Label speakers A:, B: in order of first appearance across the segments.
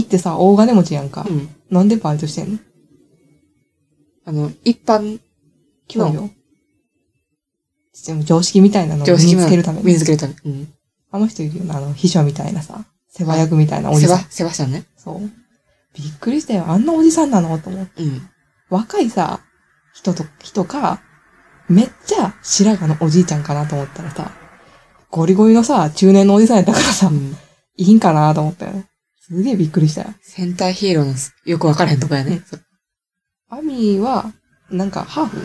A: ってさ、大金持ちやんか
B: う。ん。
A: なんでバイトしてんの
B: あの、一般
A: 給料でも常識みたいなのを身
B: 常識
A: に
B: な
A: つけるために。
B: 身につけるため。うん。
A: あの人いるよな、あの、秘書みたいなさ、世話役みたいなおじ
B: セ
A: さ
B: バ
A: ん。、
B: セバスチャンね。
A: そう。びっくりしたよ。あんなおじさんなのと思って。
B: うん。
A: 若いさ、人と、人か、めっちゃ白髪のおじいちゃんかなと思ったらさ、ゴリゴリのさ、中年のおじさんやったからさ、
B: うん。
A: いいんかなと思ったよね。すげえびっくりしたよ。
B: 戦隊ヒーローのすよくわからへんとこやね。そ
A: アミーは、なんか、ハーフ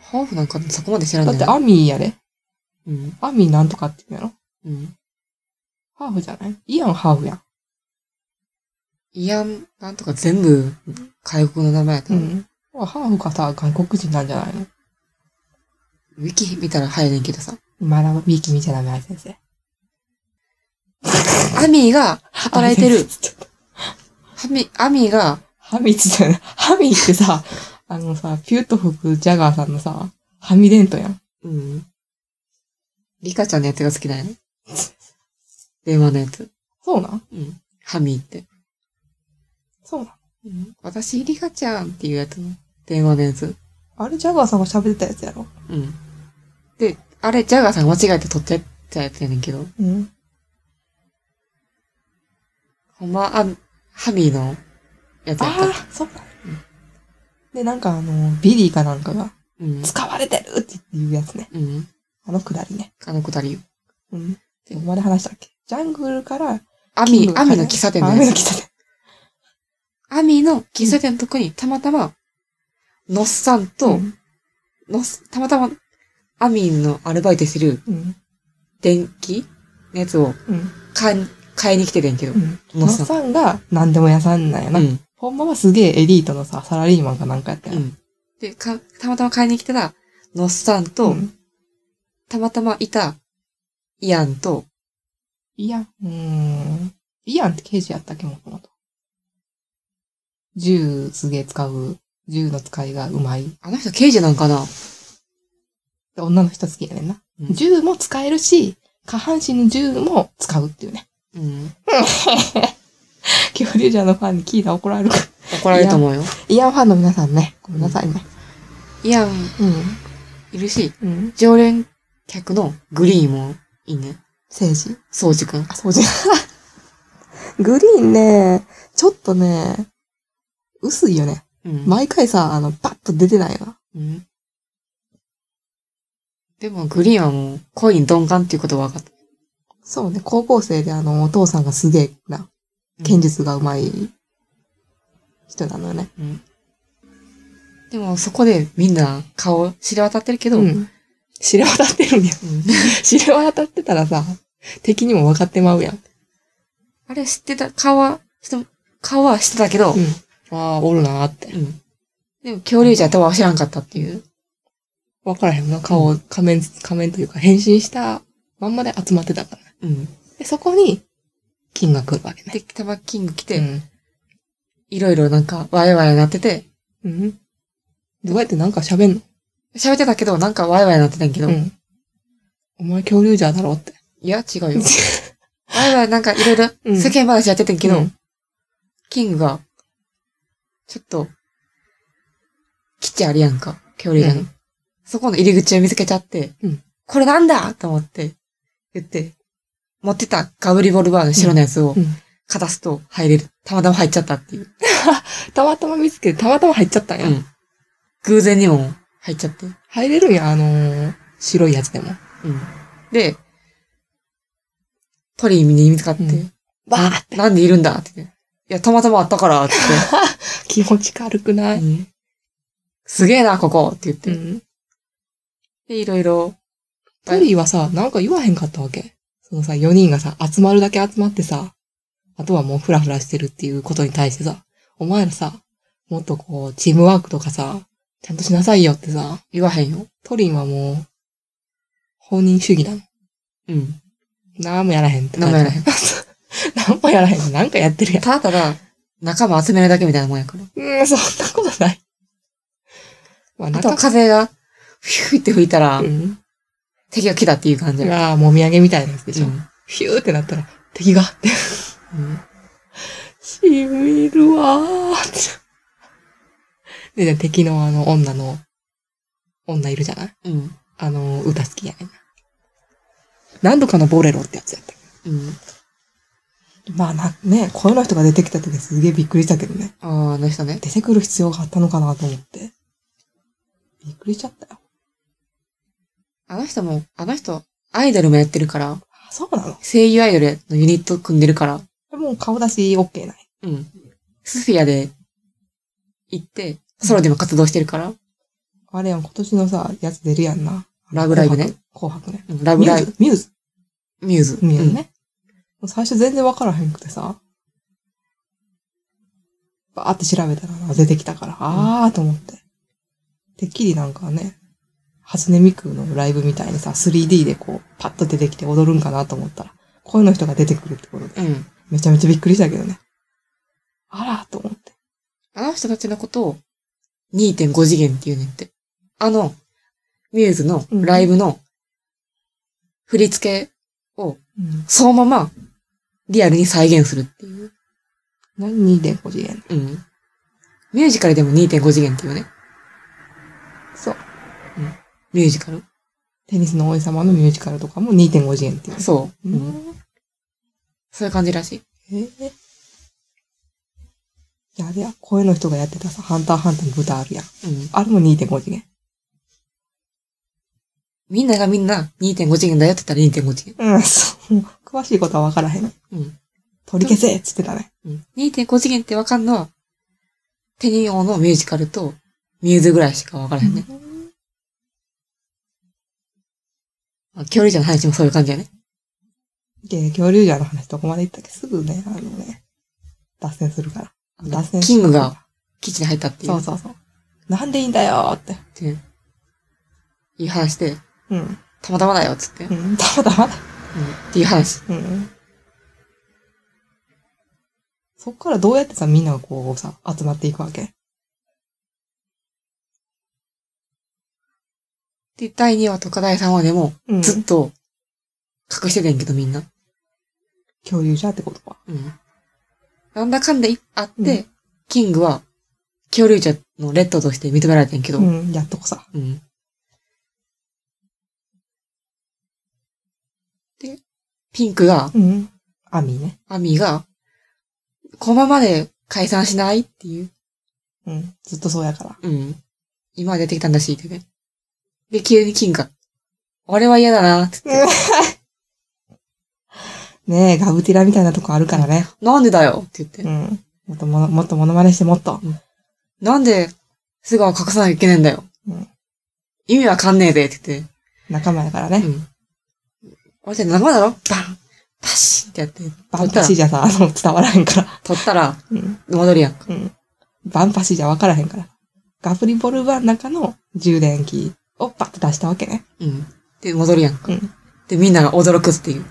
B: ハーフなんかそこまで知ら
A: だ
B: ない。
A: ってアミーやで。
B: うん。
A: アミーなんとかって言うやろ
B: うん。
A: ハーフじゃないイアンハーフやん。
B: イアン、なんとか全部、外国の名前やった
A: う
B: な。
A: ん。ハーフかさ、外国人なんじゃないの
B: ウィキ見たら早いねんけどさ。
A: 今だ、ビーキ見ちゃダメ、アイ先生。
B: アミーが働いてる。ハミ、アミーが、
A: ハミチじゃない。ハミってさ、 あのさ、ピュート吹くジャガーさんのさ、ハミデントやん。
B: うん。リカちゃんのやつが好きだよね。電話のやつ。
A: そうなん
B: うん。ハミーって。
A: そうなん
B: うん。私、リカちゃんっていうやつの。電話のやつ。
A: あれ、ジャガーさんが喋ってたやつやろ
B: うん。で、あれ、ジャガーさん間違えて撮ってたやつやねんけど。
A: うん。
B: ほんま、あ、ハミーのやつやった。
A: ああ、そうか。で、なんかあの、ビリーかなんかが、
B: うん。
A: 使われてるって言うやつね。
B: うん。
A: あのくだりね。
B: あのくだり。
A: うん。どこまで話したっけジャングルから、
B: アミー、アミーの喫茶店
A: あ
B: の
A: 雨の
B: や
A: 喫
B: つ。
A: 茶店。
B: アミーの喫茶店のとこに、たまたま、のっさんと、
A: ん。
B: のっさんたまたま、アミーのアルバイトしてる
A: うん。
B: 電気のやつを
A: うん。
B: 買い、買いに来ててんけど
A: う。ん。
B: の
A: の
B: っ
A: っ
B: さん
A: さんが何でも屋さんなんやな。
B: うん。
A: ほんまはすげえエリートのさ、サラリーマンかなんかやった
B: う
A: やん。
B: ん。で、か、たまたま買いに来てた、のっさんと、
A: ん
B: たまたまいた、イアンと、
A: イアン、うーん。イアンって刑事やったっけ、もともと。銃すげえ使う。銃の使いがうまい。
B: あの人刑事なんかな
A: で女の人好きやねんな。
B: うん
A: 銃も使えるし、下半身の銃も使うっていうね。
B: うん。
A: 恐竜じゃのファンに聞いたら怒られるから。
B: 怒られると思うよ。
A: イアンファンの皆さんね、ごめんなさいね。
B: イアン
A: う
B: いるし、
A: ん。うん。
B: 常連客のグリーンもいいね。
A: 政治
B: そうじくん。
A: あ、そうじゃ。 グリーンね、ちょっとね、薄いよね。
B: うん。
A: 毎回さ、あの、パッと出てないよな。
B: うん。でも、グリーンはもう、恋に鈍感っていうことは分かった。
A: そうね、高校生であの、お父さんがすげえな、剣術がうまい人なのよね。
B: うん。でも、そこでみんな顔、知れ渡ってるけど、うん。
A: ん。知れ渡ってるんや。 知れ渡ってたらさ、敵にも分かってまうやん。
B: あれ知ってた、顔は、して顔は知ってたけど、
A: うんああ、おるなーって。
B: うん。でも、恐竜じゃとは知らんかったっていう。
A: 分からへんな、顔、仮面、仮面というか、変身したまんまで集まってたから。
B: うん。
A: で、そこに、金が来るわけね。
B: で、タバキング来て、
A: うん。
B: いろいろなんか、ワイワイなってて、
A: うん。どうやってなんか喋んの
B: 喋ってたけど、なんかワイワイなってたんやけど、い
A: ん。お前恐竜じゃだろうって。
B: や、違うよ。ワイワイなんかいろいろ
A: うん
B: 世間話やってたんやけど、
A: うん
B: キングが、ちょっと、基地あるやんか、恐竜じゃの、
A: うん
B: そこの入り口を見つけちゃって、
A: うん
B: これなんだと思って、言って、持ってたガブリボルバーの白のやつを
A: うん。
B: かたすと入れる。たまたま入っちゃったっていう。
A: たまたま見つけて、たまたま入っちゃったんや。
B: うん偶然にも入っちゃって。うん。
A: 入れるんや、あのー白いやつでも。
B: で、鳥に見つかって、
A: うんバーって。
B: なんでいるんだって言って。いや、たまたまあったからって
A: 気持ち軽く
B: 言
A: な
B: っ
A: い
B: て、すげえな、ここって言って。
A: うん。
B: で、いろいろ、
A: トリーはさ、なんか言わへんかったわけ。そのさ、4人がさ、集まるだけ集まってさ、あとはもうフラフラしてるっていうことに対してさ、お前らさ、もっとこう、チームワークとかさ、ちゃんとしなさいよってさ、
B: 言わへんよ。
A: トリンはもう、本人主義なの。
B: うん。
A: なんもやらへんって感じ。
B: なんもやら へん。
A: なんもやらへん。なんかやってるやん。
B: ただただ、仲間集めるだけみたいなもんやから。
A: うーん、そんなことない。まあ、
B: あとは
A: 仲
B: 風が、フィューって吹いたら
A: う、ん。
B: 敵が来たっていう感じや。
A: が、もみあげみたいなやつでしょ。
B: うん
A: ヒューってなったら、敵がって。うん。しみるわーって。で、敵のあの女の、女いるじゃない
B: うん。
A: あの、歌好きやねんな。何度かのボレロってやつやった。
B: うん。
A: まあな、ね、声の人が出てきた時すげえびっくりしたけどね。
B: ああ、あの人ね。
A: 出てくる必要があったのかなと思って。びっくりしちゃったよ。
B: あの人も、あの人、アイドルもやってるから、
A: あ、そうなの
B: 声優アイドルのユニット組んでるから、
A: もう顔出し OK ない。
B: うん。スフィアで行って、ソロでも活動してるから、
A: あれやん、今年のさ、やつ出るやんな。
B: ラブライブね。
A: 紅白ね。
B: うんラブ
A: ミュ
B: ラ
A: ー
B: イブ、
A: ズミューズ
B: ミューズ。
A: ミューズね。もう最初全然わからへんくてさ。バーって調べたらな出てきたから、あーと思って。てっきりなんかね、初音ミクのライブみたいにさ、3D でこう、パッと出てきて踊るんかなと思ったら、声の人が出てくるってことで、
B: うん。うん。
A: めちゃめちゃびっくりしたけどね。あらーと思って。
B: あの人たちのことを2.5次元って言うねんって。あの、ミューズのライブの振り付けを
A: うん。
B: そのままリアルに再現するっていう。
A: 何2.5次元
B: うん。ミュージカルでも2.5次元っていうね。
A: そう。
B: ミュージカル。
A: テニスの王子様のミュージカルとかも2.5次元っていう。
B: そう。
A: う
B: うん。
A: ん
B: そういう感じらしい。
A: えー、いや、あれや、声の人がやってたさ、ハンターハンターの豚あるやん。
B: うん。
A: あれも2.5次元。
B: みんながみんな2.5次元だよって言ったら2.5次元。
A: うん、そう。詳しいことは分からへん。
B: うん。
A: 取り消せっつってたね。
B: うん、2.5次元ってわかんのは、テニオのミュージカルとミューズぐらいしかわからへんね。あ、キョリちゃんの話もそういう感じやね。
A: で、恐竜じゃの話どこまで行ったっけすぐね、あのね、脱線するから。脱線し
B: キングが。基地に入ったっていう。
A: そうそうそう。なんでいいんだよーって。
B: っていう話で、
A: うん。
B: たまたまだよっつって。うん。っ
A: うん、たまたまだ。
B: ていう話。
A: うん。そっからどうやってさ、みんながこうさ、集まっていくわけ
B: で、第2話とか第3話でも、
A: うん。
B: ずっと隠しててんけどみんな。
A: 恐竜じゃってことは。
B: うん。なんだかんだいあって、
A: うん
B: キングは、恐竜者のレッドとして認められてんけど、
A: う
B: うん。
A: ん、やっとこさ。
B: で、ピンクが、
A: うん。アミーね。
B: アミが、このままで解散しないっていう。
A: うん。ずっとそうやから。
B: うん。今出てきたんだし、ってね。で、急にキングが、俺は嫌だな、って言って、
A: ねえ、ガブティラみたいなとこあるからね。
B: なんでだよって言って
A: う。ん。もっともの、もっとモノマネしてもっと。
B: なんで、素顔隠さなきゃいけないんだよ。
A: うん
B: 意味わかんねえぜ、って言って。
A: 仲間やからね。
B: うん。俺って仲間だろバンパシンってやって。
A: バンパシじゃさ、あの、伝わらへんから。
B: 取ったら、
A: うん。
B: 戻るやんか。
A: うん。バンパシじゃわからへんから。ガブリボルバーの中の充電器をバッと出したわけね。
B: うん。で、戻るやんか。
A: うん
B: で、みんなが驚くっていう。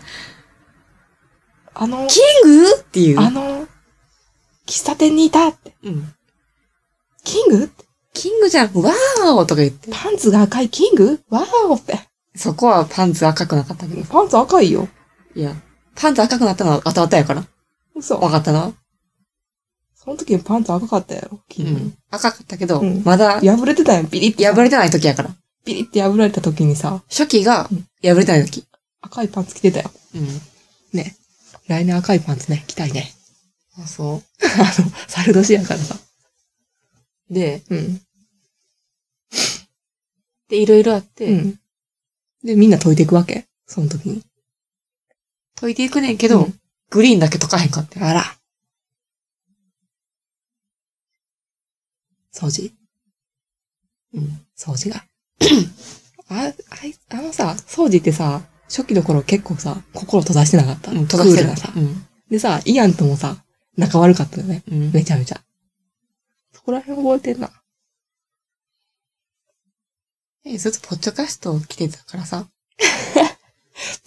A: あの、
B: キングっていう。
A: あの、喫茶店にいたって。
B: うん。
A: キングって
B: キングじゃん。わーおとか言って。
A: パンツが赤いキングわーおって。
B: そこはパンツ赤くなかったけど。
A: パンツ赤いよ。
B: いや、パンツ赤くなったのは後々やから。
A: 嘘。
B: わかったな。
A: その時にパンツ赤かったやろ、キ
B: う
A: ング。
B: ん。赤かったけど、
A: うん
B: まだ
A: 破れてたやん、ビリッて。
B: 破れてない時やから。
A: ビリッて破られた時にさ、
B: 初期が
A: うん
B: 破れてない時。
A: 赤いパンツ着てたよ。
B: うん。
A: ね。来年赤いパンツね、着たいね。
B: あそ
A: あの、猿年やからさ。
B: う。で、
A: うん。
B: で、いろいろあって、
A: うん。で、みんな解いていくわけその時に。
B: 解いていくねんけど、
A: うん
B: グリーンだけ解かへんかって。
A: あら。掃除
B: うん。
A: 掃除 が。あ、あい、あのさ、掃除ってさ、初期の頃結構さ、心閉ざしてなかった。
B: うん、閉ざして
A: クール
B: る
A: なさ。
B: うん。
A: でさ、イアンともさ、仲悪かったよね。
B: うん。
A: めちゃめちゃ。そこら辺覚えてんな。
B: え、ずっとポッチョカストを着てたからさ。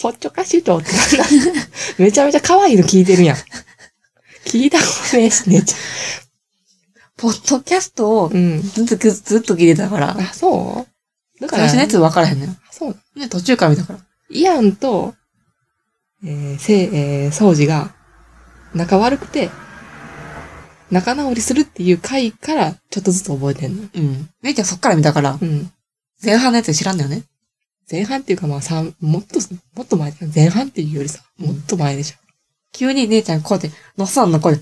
A: ぽっちょかしいとってなんだ めちゃめちゃ可愛いの聞いてるやん。聞いたことねえし、ねちゃ
B: ポッドキャストを
A: ん。うん。
B: ずっと、ずっと着てたから。
A: あ、そうだか
B: 最
A: ら、
B: 初のやつ分からへんのよ。
A: あそう。
B: ね、途中から見たから。
A: イアンと、えー、せい、えー、掃除が、仲悪くて、仲直りするっていう回から、ちょっとずつ覚えてんの。
B: うん。めいちゃんそっから見たから、
A: うん。
B: 前半のやつ知らんのよね。
A: 前半っていうかまあ三もっと、もっと前だよ前半っていうよりさ、もっと前でしょ。
B: 急に姉ちゃんこうやって、のっさんの声っ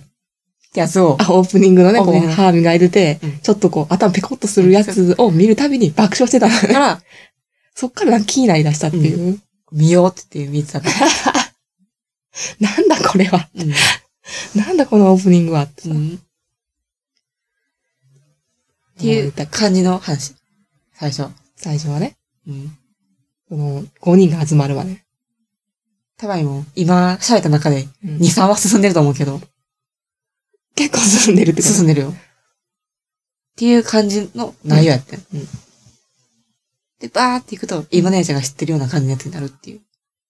B: てやつ を、
A: あ、オープニングのね、
B: オー
A: こ
B: プニン
A: う、
B: グの
A: 歯磨いてて、
B: うん
A: ちょっとこう、頭ペコッとするやつを見るたびに爆笑してたの。
B: から、
A: そっからなんか気になり出したっていう。
B: 見ようって言って見てた。
A: なんだこれは。
B: うん。
A: なんだこのオープニングはってさ。
B: うん。っていう感じの話。最初。
A: 最初はね、
B: うん。
A: その、5人が集まるまで。
B: たばいも、今喋った中で、
A: うん
B: 2、3は進んでると思うけど、
A: 結構進んでるってこと
B: 進んでるよ。っていう感じの内容やってん。
A: うん
B: で、バーっていくと、今姉ちゃんが知ってるような感じのやつになるっていう。
A: い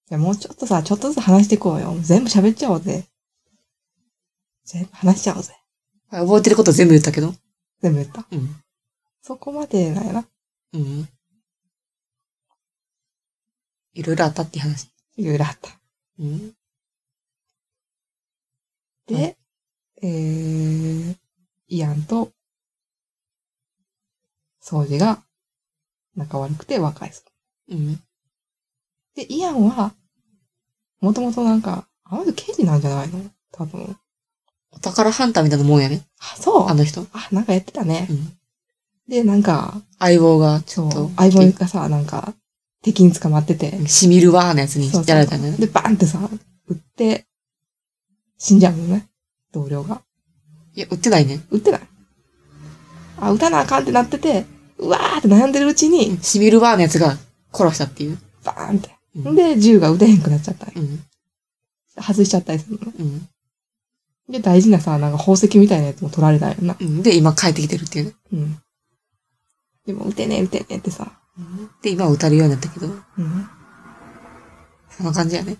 A: や、もうちょっとさ、ちょっとずつ話していこうよ。全部喋っちゃおうぜ。全部話しちゃおうぜ。
B: 覚えてること全部言ったけど。
A: 全部言った。
B: うん。
A: そこまでなんやな。
B: うん。いろいろあったっていう話。
A: いろいろあった。
B: うん。
A: で、
B: は
A: えー、イアンと、掃除が仲悪くて和解す
B: うん。
A: る。で、イアンは、もともとなんか、あの人刑事なんじゃないの多分。
B: お宝ハンターみたいなもんやね。
A: あ、そう
B: あ
A: あ
B: の人。
A: なんかやってたね。
B: うん。
A: で、なんか、
B: 相棒が、ち
A: そ
B: ょっ
A: う
B: と、、
A: 相棒がさ、なんか、敵に捕まってて、
B: しみるわーのやつに
A: そうそう
B: やられたんだよね。
A: で、バーンってさ、撃って、死んじゃうのね。同僚が。
B: いや、売ってないね。
A: 撃ってない。あ、撃たなあかんってなってて、うわーって悩んでるうちに、
B: しみるわーのやつが殺したっていう。
A: バーンって。
B: うん。
A: で、銃が撃てへんくなっちゃったんよ
B: うん。
A: 外しちゃったりするのね。
B: うん
A: で、大事なさ、なんか宝石みたいなやつも取られたんよな。
B: うん。で、今帰ってきてるっていうね。
A: うん。でも、撃てねえ、撃てねえってさ。
B: で、今は撃たれるようになったけど、
A: うん。
B: そんな感じやね。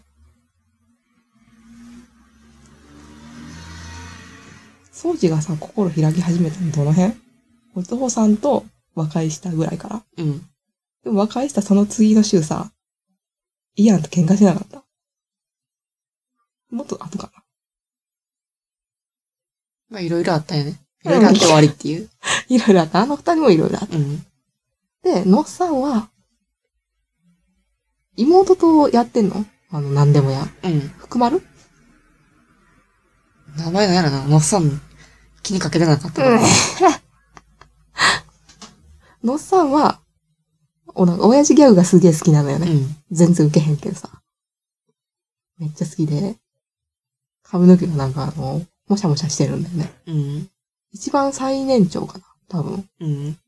A: 掃除がさ、心開き始めたのどの辺おつほさんと和解したぐらいから。
B: うん。
A: でも和解したその次の週さ、イアンと喧嘩しなかった。もっと後かな。
B: まあ、いろいろあったよね。いろいろあって終わりっていう。
A: いろいろあった。あの二人もいろいろあっ
B: うん。
A: て、のっさんは、妹とやってんのあの、なんでもや。
B: うん。
A: 福丸
B: 名前なんやろな。のっさん、気にかけてなかったから。
A: のっさんは、おなんか、親父ギャグがすげえ好きなのよね。
B: うん。
A: 全然受けへんけどさ。めっちゃ好きで、髪の毛がなんかあの、もしゃもしゃしてるんだよね。
B: うん。
A: 一番最年長かな多分。
B: うん。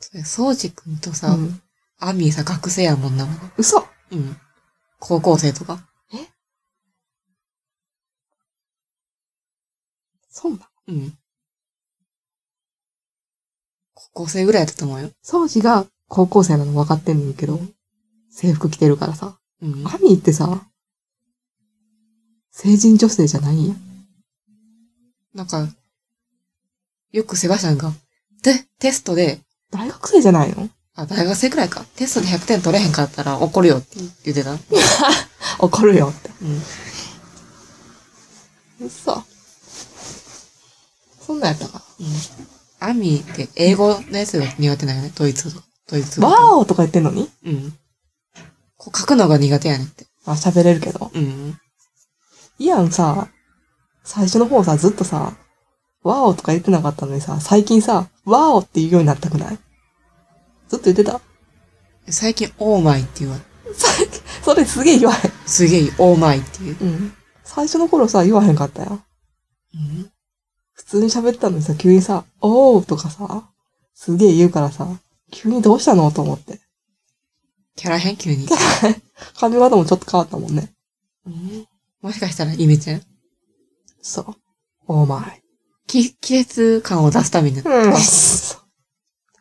B: それ、そうじくんとさ、
A: うん
B: アミーさ、学生やもんな。
A: 嘘
B: うん。高校生とか。
A: そうなの
B: うん。高校生ぐらいやったと思うよ。
A: ソウジが高校生なの分かってんねんけど、制服着てるからさ。
B: うん。
A: アミーってさ、成人女性じゃないんや。
B: なんか、よくセバシャンが、で、テストで、
A: 大学生じゃないの
B: あ、大学生くらいか。テストで100点取れへんかったら怒るよって言ってた。うん。
A: 怒るよって。嘘。そんなんやったか
B: アミーって英語のやつが苦手なんよね。ドイツ語。ドイツ
A: な。
B: 語。
A: ワーオとか言ってんのに
B: うん。こう書くのが苦手やねんって。
A: あ、喋れるけど。
B: うん。
A: イアンさ、最初の方さ、ずっとさ、ワオとか言ってなかったのにさ、最近さ、ワオって言うようになったくないずっと言ってた
B: 最近、オーマイって言わん
A: 最近、それすげえ言わへん。
B: すげえいい、オーマイっていう。
A: うん。最初の頃さ、言わへんかったよ。
B: うん。
A: 普通に喋ってたのにさ、急にさ、おーとかさ、すげえ言うからさ、急にどうしたのと思って。
B: キャラ変急に。
A: 髪型もちょっと変わったもんね。
B: うんもしかしたら、イメちゃん。
A: そう。お前。
B: き、季節感を出すためにと
A: うん。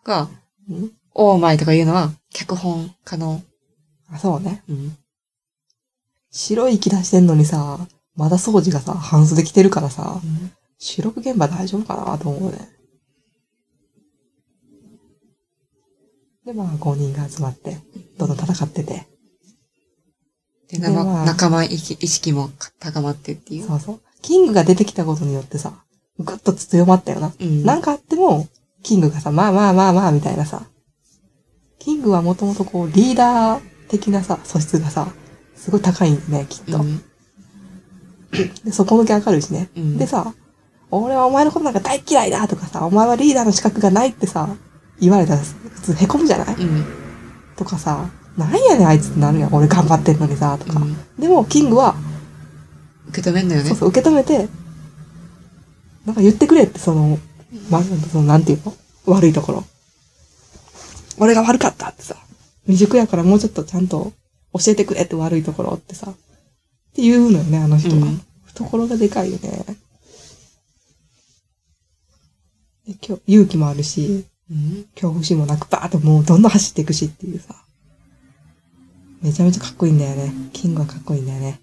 B: か
A: うん、
B: オーマイとかいうのは、脚本家の、
A: あそうね。
B: うん。
A: 白い気出してんのにさ、まだ掃除がさ、半袖着てるからさ、収録現場大丈夫かなと思うね。で、まあ、5人が集まって、どんどん戦ってて、
B: で、
A: でまあ
B: 仲間意識意識も高まってっていう。
A: そうそう。キングが出てきたことによってさ、ぐっと強まったよな。
B: うん
A: なんかあっても、キングがさ、まあまあまあまあ、みたいなさ。キングはもともとこう、リーダー的なさ、素質がさ、すごい高いんだよ、きっと。
B: うん
A: でそこ向け明るいしね。
B: うん
A: でさ、俺はお前のことなんか大嫌いだとかさ、お前はリーダーの資格がないってさ、言われたら普通凹むじゃない
B: うん。
A: とかさ、なんやねんあいつってなるやん。俺頑張ってんのにさ、とか。
B: うん
A: でも、キングは、
B: 受け止めんのよね。
A: そうそう、受け止めて、なんか言ってくれって、その、まず、その、なんていうの悪いところ。俺が悪かったってさ、未熟やからもうちょっとちゃんと教えてくれって悪いところってさ、って言うのよね、あの人は。
B: うん
A: 懐がでかいよね。で今日、勇気もあるし、
B: うん
A: 恐怖心もなく、バーってもうどんどん走っていくしっていうさ。めちゃめちゃかっこいいんだよね。キングはかっこいいんだよね。